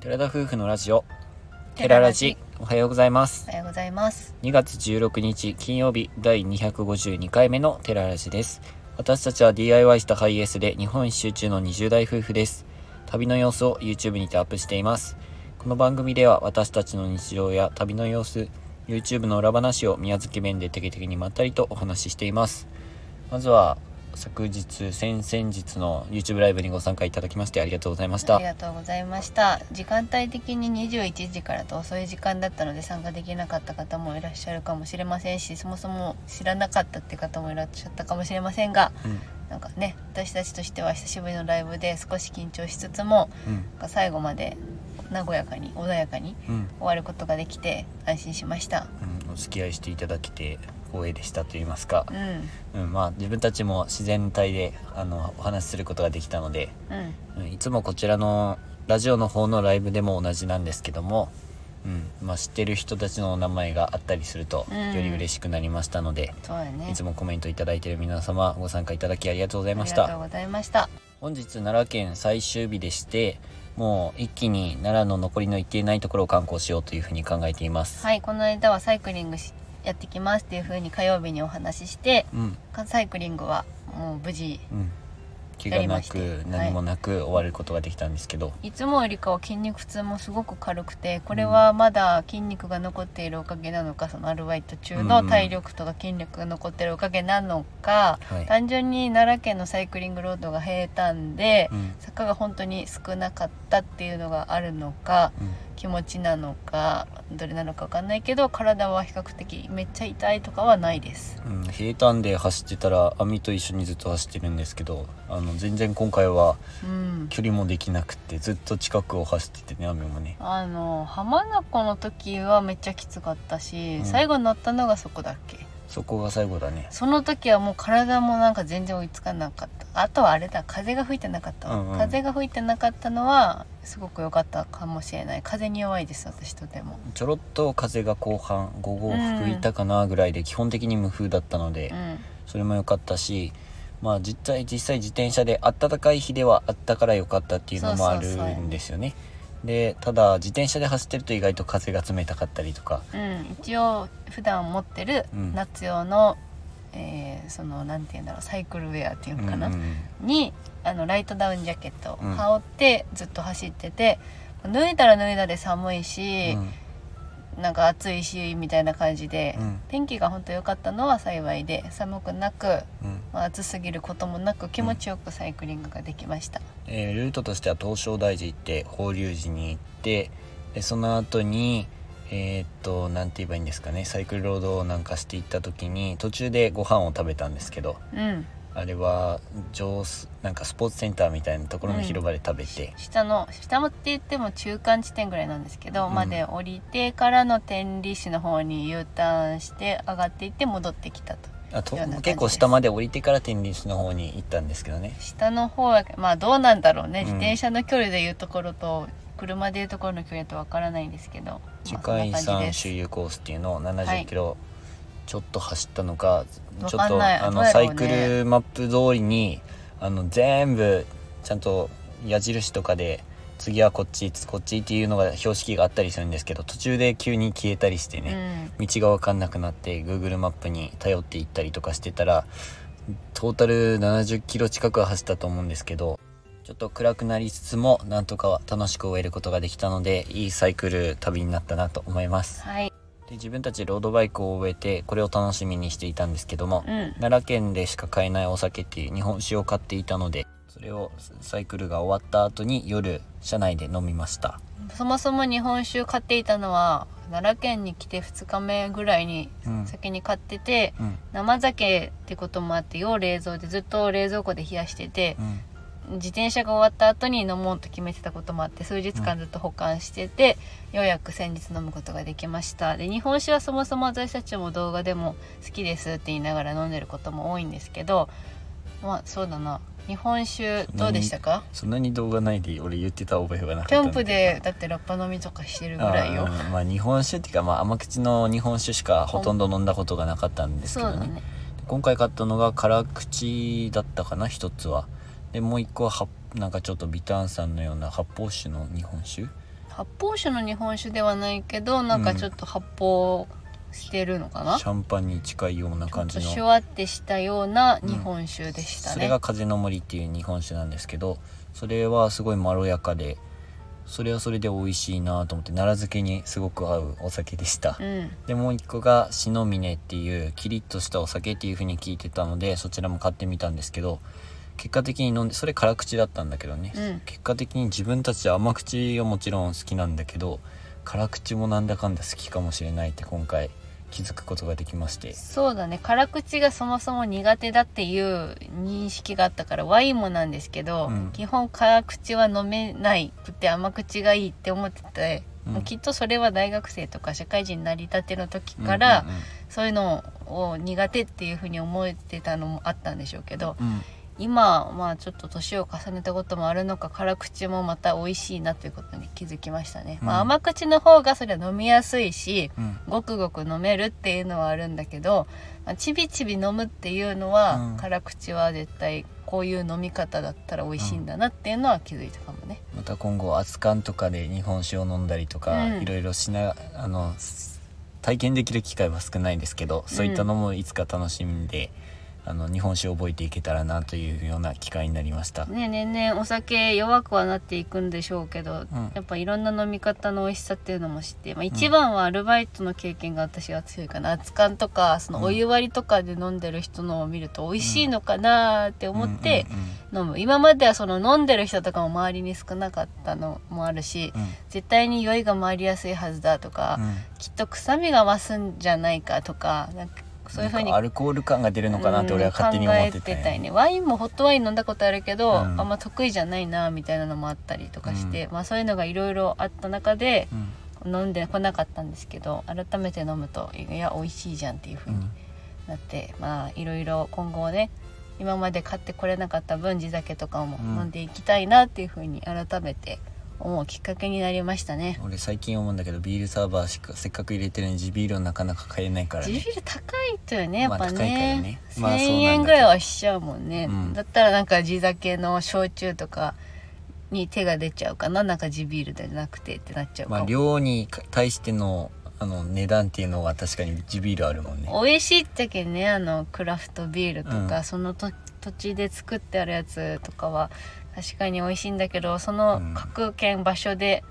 寺田夫婦のラジオテラ寺ララジジおはようございますおはようございます。 2月16日金曜日第252回目の寺ラジです私たちは DIY したハイエースで日本一周中の20代夫婦です旅の様子を YouTube にてアップしていますこの番組では私たちの日常や旅の様子 YouTube の裏話を宮崎弁でテケテケにまったりとお話ししていますまずは昨日先々日の YouTube ライブにご参加いただきましてありがとうございましたありがとうございました。時間帯的に21時からと遅い時間だったので参加できなかった方もいらっしゃるかもしれませんし、そもそも知らなかったって方もいらっしゃったかもしれませんが、うんなんかね、私たちとしては久しぶりのライブで少し緊張しつつも、うんなんか最後まで和やかに穏やかにうん終わることができて安心しました。うん、お付き合いしていただけて光栄でしたと言いますかう、ん、うんまあ、自分たちも自然体であのお話しすることができたので、うん、うん、いつもこちらのラジオの方のライブでも同じなんですけども、うんまあ、知ってる人たちのお名前があったりするとうんより嬉しくなりましたので、そうだね。いつもコメントいただいている皆様ご参加いただきありがとうございあまりしがとうたございました。本日奈良県最終日でしてもう一気に奈良の残りの行っていないところを観光しようというふうに考えています、はい、この間はサイクリングしやってきますっていう風に火曜日にお話しして、うんサイクリングはもう無事うん、気がやりなましくて何もなく終わることができたんですけど、いつもよりかは筋肉痛もすごく軽くてこれはまだ筋肉が残っているおかげなのかそのアルバイト中うのん体力とか筋力が残っているおかげなのかはい単純に奈良県のサイクリングロードが平坦でうん坂が本当に少なかったっていうのがあるのかうん気持ちなのかどれなのかわかんないけど体は比較的めっちゃ痛いとかはないです。うん、平坦で走ってたら網と一緒にずっと走ってるんですけどあの全然今回はうん距離もできなくてずっと近くを走っててね網もねあの浜名湖の時はめっちゃきつかったし、うん最後に乗ったのがそこだっけそこが最後だねその時はもう体もなんか全然追いつかなかったあとはあれだ風が吹いてなかったわ、うんうん風が吹いてなかったのはすごく良かったかもしれない風に弱いです私とてもちょろっと風が後半午後吹いたかなぐらいで基本的に無風だったので、うんそれも良かったしまあ実際実際自転車で暖かい日ではあったから良かったっていうのもあるそうそうそうんですよねでただ自転車で走ってると意外と風が冷たかったりとかうん一応普段持ってるうん夏用の、えーそのなんて言うんだろうサイクルウェアっていうのかな、うんうんにあのライトダウンジャケットをうん羽織ってずっと走ってて、脱いだら脱いだで寒いし、なんか暑いしみたいな感じで、うん天気が本当良かったのは幸いで寒くなく、うんうんまあ、暑すぎることもなく気持ちよくサイクリングができました、えールートとしては東照大寺行って法隆寺に行ってでその後にえーっとなんて言えばいいんですかねサイクルロードをなんかして行った時に途中でご飯を食べたんですけどうん、あれは上スなんかスポーツセンターみたいなところの広場で食べて、下の下もって言っても中間地点ぐらいなんですけど、うんまで降りてからの天理市の方に U ターンして上がっていって戻ってきたとあとような感じです結構下まで降りてから天理市の方に行ったんですけどね下の方はまあどうなんだろうね、うん自転車の距離でいうところと車でいうところの距離だとわからないんですけど世界遺まあそんな感産じ周です遊コースっていうのをは70いキロちょっと走ったのか、ちょわっかとんないあどうのやろサうねイクルマップ通りにあの全部ちゃんと矢印とかで次はこっちこっちっていうのが標識があったりするんですけど途中で急に消えたりしてね、道が分かんなくなって Google マップに頼っていったりとかしてたらトータル70キロ近くは走ったと思うんですけどちょっと暗くなりつつもなんとかは楽しく終えることができたのでいいサイクル旅になったなと思いまうんすはいで自分たちロードバイクを終えてこれを楽しみにしていたんですけどもうん奈良県でしか買えないお酒っていう日本酒を買っていたのでそれをサイクルが終わった後に夜車内で飲みましたそもそも日本酒買っていたのは奈良県に来て2日目ぐらいにうん先に買ってて、うん生酒ってこともあって要冷蔵でずっと冷蔵庫で冷やしててうん自転車が終わった後に飲もうと決めてたこともあって数日間ずっと保管してて、ようやく先日飲むことができましたで日本酒はそもそも私たちも動画でも好きですって言いながら飲んでることも多いんですけどまあそうだな日本酒どうでしたかそんなに動画ないで俺言ってた覚えはなかっキたんャだけンどプでだってラッパ飲みとかしてるぐらいよあーまあ日本酒っていうか、まあ、甘口の日本酒しかほとんど飲んだことがなかったんですけそうどだねね今回買ったのが辛口だったかな一つはでもう一個ははなんかちょっとビターンさんのような発泡酒の日本酒発泡酒の日本酒ではないけどなんかちょっと発泡してるのかな、シャンパンに近いような感じちょっとシュのワってしたような日本酒でしたね、それが「風の森」っていう日本酒なんですけどそれはすごいまろやかでそれはそれで美味しいなと思って奈良漬けにすごく合うお酒でしたう、んでもう一個が「シノミネ」っていうキリッとしたお酒っていう風に聞いてたのでそちらも買ってみたんですけど結果的に飲んでそれ辛口だったんだけどね、うん結果的に自分たち甘口はもちろん好きなんだけど辛口もなんだかんだ好きかもしれないって今回気づくことができましてそうだね辛口がそもそも苦手だっていう認識があったからワインもなんですけど、うん基本辛口は飲めないくて甘口がいいって思ってて、うんもうきっとそれは大学生とか社会人になりたての時から、うんうんうんそういうのを苦手っていうふうに思ってたのもあったんでしょうけどうん今まあちょっと年を重ねたこともあるのか辛口もまた美味しいなということに気づきましたね。まあ、うん甘口の方がそれは飲みやすいし、うんごくごく飲めるっていうのはあるんだけど、まあ、ちびちび飲むっていうのは、うん辛口は絶対こういう飲み方だったら美味しいんだなっていうのは気づいたかもね。また今後熱燗とかで日本酒を飲んだりとか、うんいろいろしなあのす体験できる機会は少ないんですけどそういったのもいつか楽しんで、あの日本酒を覚えていけたらなというような機会になりました、ねえねえねえお酒弱くはなっていくんでしょうけど、うんやっぱいろんな飲み方の美味しさっていうのも知って、まあ、一番はアルバイトの経験が私は強いかな熱燗とかそのお湯割りとかで飲んでる人のを見ると美味しいのかなーって思ってうんうん飲む、今まではその飲んでる人とかも周りに少なかったのもあるし、うん絶対に酔いが回りやすいはずだとか、うんきっと臭みが増すんじゃないかとかなんかそういうふうなんにかアルコール感が出るのかなって俺は勝手に思ってた,、うん考えてたよねワインもホットワイン飲んだことあるけど、うんあんま得意じゃないなみたいなのもあったりとかして、まあ、そういうのがいろいろあった中でうん飲んでこなかったんですけど改めて飲むといや美味しいじゃんっていうふううにんなって、まあいろいろ今後ね今まで買ってこれなかった分地酒とかもうん飲んでいきたいなっていうふうに改めて思うきっかけになりましたね。俺最近思うんだけどビールサーバーしかせっかく入れてるのに地ビールをなかなか買えないからジルねビール高いとよねやっまあぱ高いからねね,、千まあそうなんだけど1000円ぐらいはしちゃうもんね、うんだったらなんか地酒の焼酎とかに手が出ちゃうかななんか地ビールでなくてってなっちゃうまかあも、量に対してのあの値段っていうのは確かに地ビールあるもんね美味しいってけねあのクラフトビールとか、うんそのと土地で作ってあるやつとかは確かに美味しいんだけどそのうん各県場所で、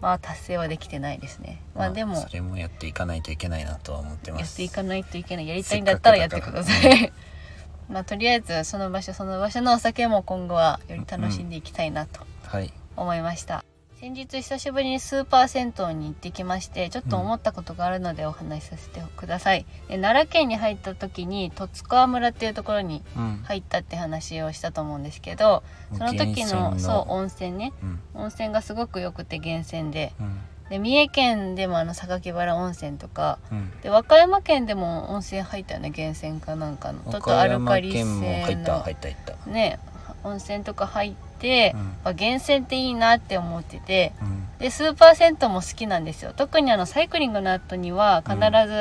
まあ達成はできてないですねまあでもそれもやっていかないといけないなとは思ってまやすっていかないといけないやりたいんだったらやってください まあとりあえずその場所その場所のお酒も今後はより楽しんでいきたいなとはい思いました、先日久しぶりにスーパー銭湯に行ってきましてちょっと思ったことがあるのでお話しさせてください、で奈良県に入った時に十津川村っていうところにうん入ったって話をしたと思うんですけどその時の源泉そう温泉ねうん温泉がすごく良くて源泉でうんで三重県でもあの榊原温泉とかうんで和歌山県でも温泉入ったよね源泉かなんかのち和ょっと歌アルカ山リ性県も入ったの入った入ったね温泉とか入って、うんまあ源泉っていいなって思っててうんでスーパー銭湯も好きなんですよ特にあのサイクリングの後には必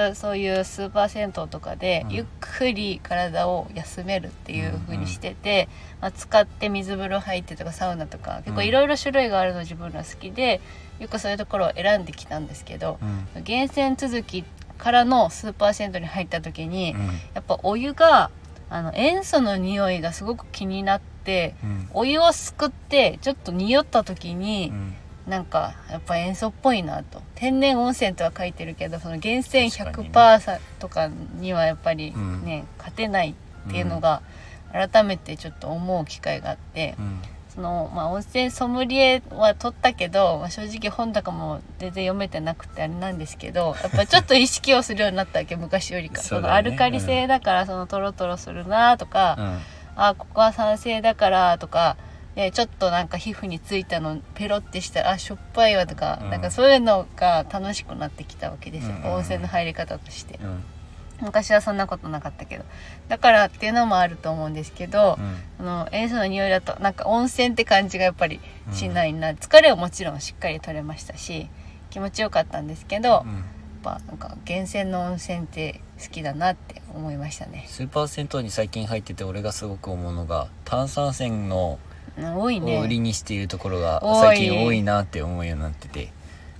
ずそういうスーパー銭湯とかで、うんゆっくり体を休めるっていう風にしてて、まあ、使って水風呂入ってとかサウナとか結構いろいろ種類があるの自分ら好きでよくそういうところを選んできたんですけど、うん源泉続きからのスーパー銭湯に入った時に、うんやっぱお湯があの塩素の匂いがすごく気になってうんお湯をすくってちょっと匂った時にう、んなんかやっぱ塩素っぽいなと天然温泉とは書いてるけどその源泉確かにね100%さとかにはやっぱりうんね、勝てないっていうのが改めてちょっと思う機会があって。うんそのまあ温泉ソムリエは取ったけど、まあ、正直本とかも全然読めてなくてあれなんですけどやっぱちょっと意識をするようになったわけ 昔よりかそ、そうだのよねアルカリ性だからそのトロトロするなとか、うんあここは酸性だからとかでちょっとなんか皮膚についたのペロってしたらあしょっぱいわとか、うんなんかそういうのが楽しくなってきたわけですよ、うんうんうん温泉の入り方としてうん昔はそんなことなかったけどだからっていうのもあると思うんですけど、あの塩素の匂いだとなんか温泉って感じがやっぱりうんしないな、疲れをもちろんしっかり取れましたし気持ちよかったんですけど、うやっんぱなんか源泉の温泉って好きだなって思いましたね、スーパー銭湯に最近入ってて俺がすごく思うのが炭酸泉のうん、多いを売りねにしているところが多最い近多いなって思うようになってて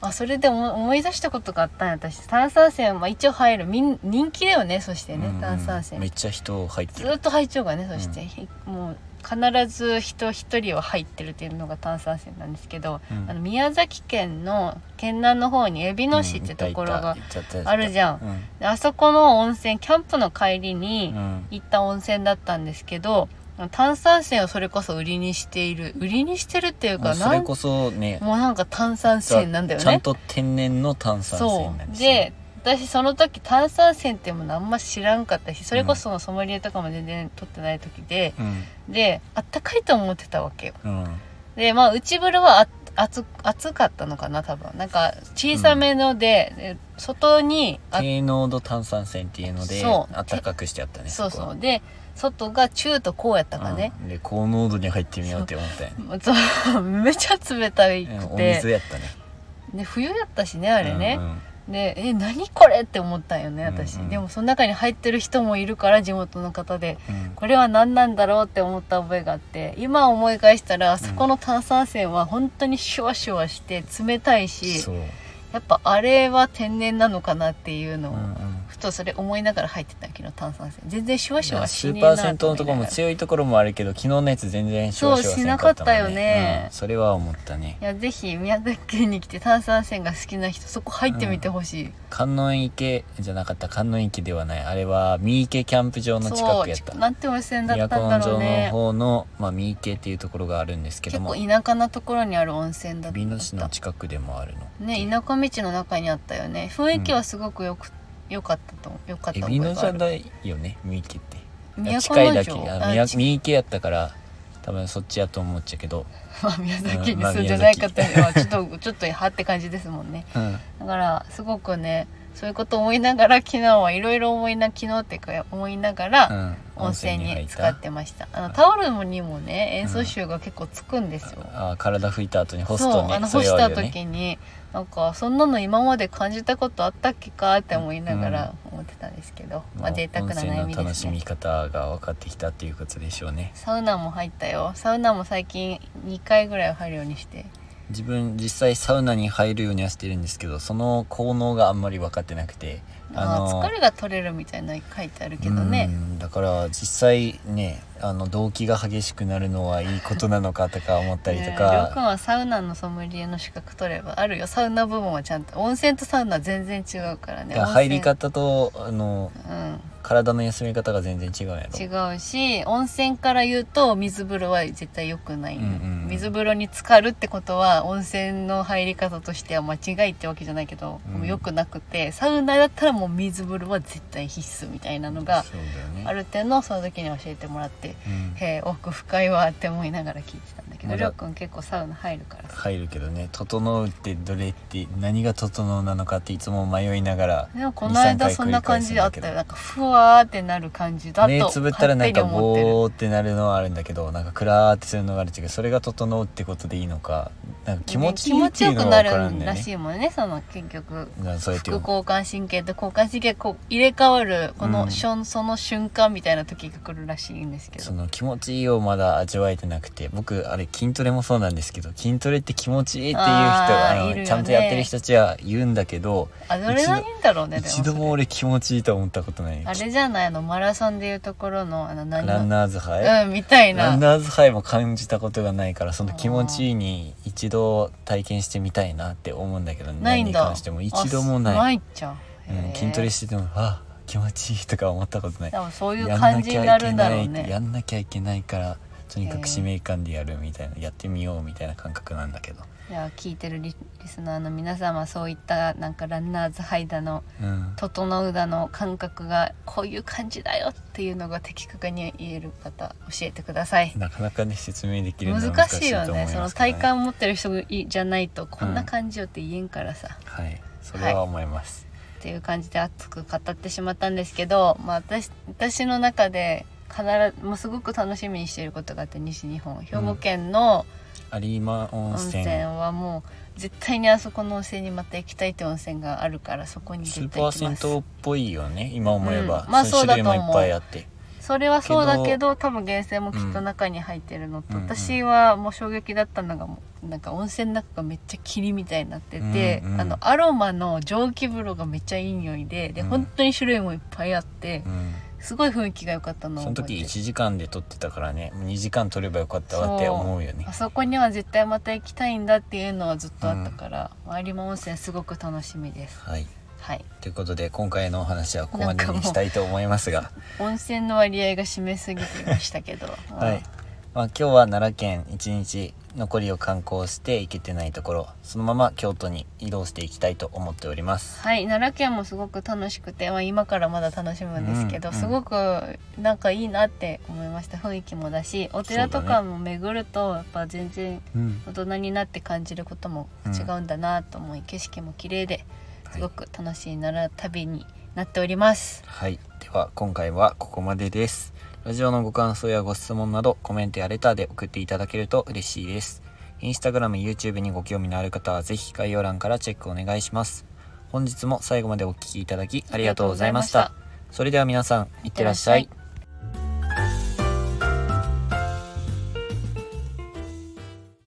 あそれで思い思い出したことがあったんや私炭酸泉はまあ一応入るみん人気だよねそしてね、うん炭酸泉めっちゃ人入ってずーるっと入っちゃうからねそして、ひもう必ず人一人は入ってるっていうのが炭酸泉なんですけど、うんあの宮崎県の県南の方にえびの市ってところがあるじゃん、ゃんであそこの温泉キャンプの帰りにうんうん行った温泉だったんですけど炭酸泉をそれこそ売りにしている売りにしてるっていうもかうそなれんこそねもうなんか炭酸泉なんだよねちゃんと天然の炭酸そ泉なんうですでね私その時炭酸泉っていうものあんま知らんかったしそれこそソムリエとかも全然取ってない時で、であったかいと思ってたわけようんうんでまあ内風呂はあ暑暑かったのかな多分なんか小さめので,で、外にあ低濃度炭酸泉っていうのでそう暖かくしてあったねそうこそはうで外が中と高やったかね、うんで高濃度に入ってみようって思ったよね そうめちゃ冷たいうんくおて水、やったねで冬やったしねあれねう、んうんでえ何これって思ったんよね私、うんうんでもその中に入ってる人もいるから地元の方でうんこれは何なんだろうって思った覚えがあって今思い返したらそこの炭酸泉は本当にシュワシュワして冷たいし、そうやっぱあれは天然なのかなっていうのを、うんうんふとそれ思いながら入ってた昨日炭酸泉全然シュワシュワスしねーえパなー銭湯のところもい強いところもあるけど昨日のやつ全然シュワシュワせんかったもんねそうしなかったよねうんそれは思ったねやぜひ宮崎県に来て炭酸泉が好きな人そこ入ってみてほしい、観音池じゃなかった観音池ではないあれは三池キャンプ場の近そうくやったなんて温泉だ宮ったんだ古城ろうのね方の、まあ、三池っていうところがあるんですけど結も構田舎なところにある温泉だっ美濃市たの近くでもあるのね田舎道の中にあったよね雰囲気はすごくよく、良かったと良かったえ覚美え濃がじあゃるないよね三池って宮古近いだけ城ああ宮ち三池やったから多分そっちやと思っちゃうけど、まあ宮崎うんにまあ住んでない方にはちょっとちょっとはって感じですもんねうんだからすごくねそういうことを思いながら昨日はいろいろ思いな昨日っていうか思いながら、うん、温泉入にっ使ったてましたあのタオルにもね塩素臭が結構つくんですよ、あ体拭いた後にホスそうトあにのそ干れしはあたるよね時になんかそんなの今まで感じたことあったっけかって思いながら思ってたんですけど、まあ贅沢な温悩み泉ので楽すしねみ方が分かってきたっていうことでしょうねサウナも入ったよサウナも最近2回ぐらいは入るようにして自分実際サウナに入るようにはしてるんですけどその効能があんまり分かってなくてあの疲れが取れるみたいなの書いてあるけどねうんだから実際ねあの動機が激しくなるのはいいことなのかとか思ったりとねえりょうくんか、はサウナのソムリエの資格取ればあるよサウナ部門はちゃんと温泉とサウナは全然違うからねだから温入泉り方とあのうん体の休み方が全然違うんやろ違うし温泉から言うと水風呂は絶対良くない、うんうんうん水風呂に浸かるってことは温泉の入り方としては間違いってわけじゃないけど、うんもう良くなくてサウナだったらもう水風呂は絶対必須みたいなのがそうだよねある程度その時に教えてもらってうんへえ奥深いわって思いながら聞いてたんだけどまだりょうくん結構サウナ入るからさ入るけどね「整う」ってどれって何が「整う」なのかっていつも迷いながらでもこの間23そんな感じであった繰り返すんだけよどなんかふわーってなる感じだと目つぶったらなんか勝手に思ってるボーってなるのはあるんだけどなんかクラーってするのがあるんだけどそれが「整う」ってことでいいのかなんか気持ちいいっていうよのくがな分からんるだよらねし。いもんねその結局だからそうやって副交感神経と交感神経がこう入れ替わるこの、うんしょん、その瞬間みたいな時が来るらしいんですけどその気持ちいいをまだ味わえてなくて僕あれ筋トレもそうなんですけど筋トレって気持ちいいっていう人がああーのいるよねちゃんとやってる人たちは言うんだけど、アドレナリンだろうねでも一度もそれ俺気持ちいいと思ったことないあれじゃないあのマラソンでいうところのあの何ランナーズハイ、うんみたいラなンナーズハイも感じたことがないからその気持ちいいに一度体験してみたいなって思うんだけどない何んにだ関しても一度もないあないっちゃうん、筋トレしててもあ気持ちいいとか思ったことない多分そういうやんな感きじにゃないけるんだなろうい、やねんなきゃいけないからとにかへくえ使命感でやるみたいなやってみようみたいな感覚なんだけど、いや聞いてるリリスナーの皆様そういったなんかランナーズハイだのうん、整うだの感覚がこういう感じだよっていうのが的確に言える方教えてくださいなかなかね説明できるのは難しいよとね思そのますけど体感持ってる人いじゃないとこんな感じよって言えんからさ、はいそれは思います、っていう感じで熱く語ってしまったんですけど、まあ、私私の中で必ずもうすごく楽しみにしていることがあって西日本兵庫県の有馬温温泉泉はもう絶対にあそこの温泉にまた行きたいって温泉があるからそこにスー絶対パ行ーきます銭湯っぽいよね今思えば、うんまあの種類そうだともい思うっぱいあってそれはそうだけど多分源泉もきっと中に入ってるのと、うんうん私はもう衝撃だったのがもうなんか温泉の中がめっちゃ霧みたいになってて、うんうんあのアロマの蒸気風呂がめっちゃいい匂いでで、うん本当に種類もいっぱいあってうん、すごい雰囲気が良かったのをその時覚えてる1時間で撮ってたからね2時間撮ればよかったわって思うよねあそこには絶対また行きたいんだっていうのはずっとあったから、有馬温泉すごく楽しみですはいはいということで今回のお話はここまでにしたいと思いますが、温泉の割合が占めすぎてましたけど、 はいまあ、今日は奈良県1日残りを観光して行けてないところそのまま京都に移動していきたいと思っておりますはい、奈良県もすごく楽しくて、まあ、今からまだ楽しむんですけど、うんうんすごくなんかいいなって思いました雰囲気もだしお寺とかも巡るとやっぱ全然うん大人になって感じることも違うんだなと思い、景色も綺麗ではすいごく楽しい奈良旅になっております。はい、では今回はここまでですラジオのご感想やご質問などコメントやレターで送っていただけると嬉しいですインスタグラム YouTube にご興味のある方はぜひ概要欄からチェックお願いします本日も最後までお聴きいただきありがとうございましたそれでは皆さんいってらっしゃい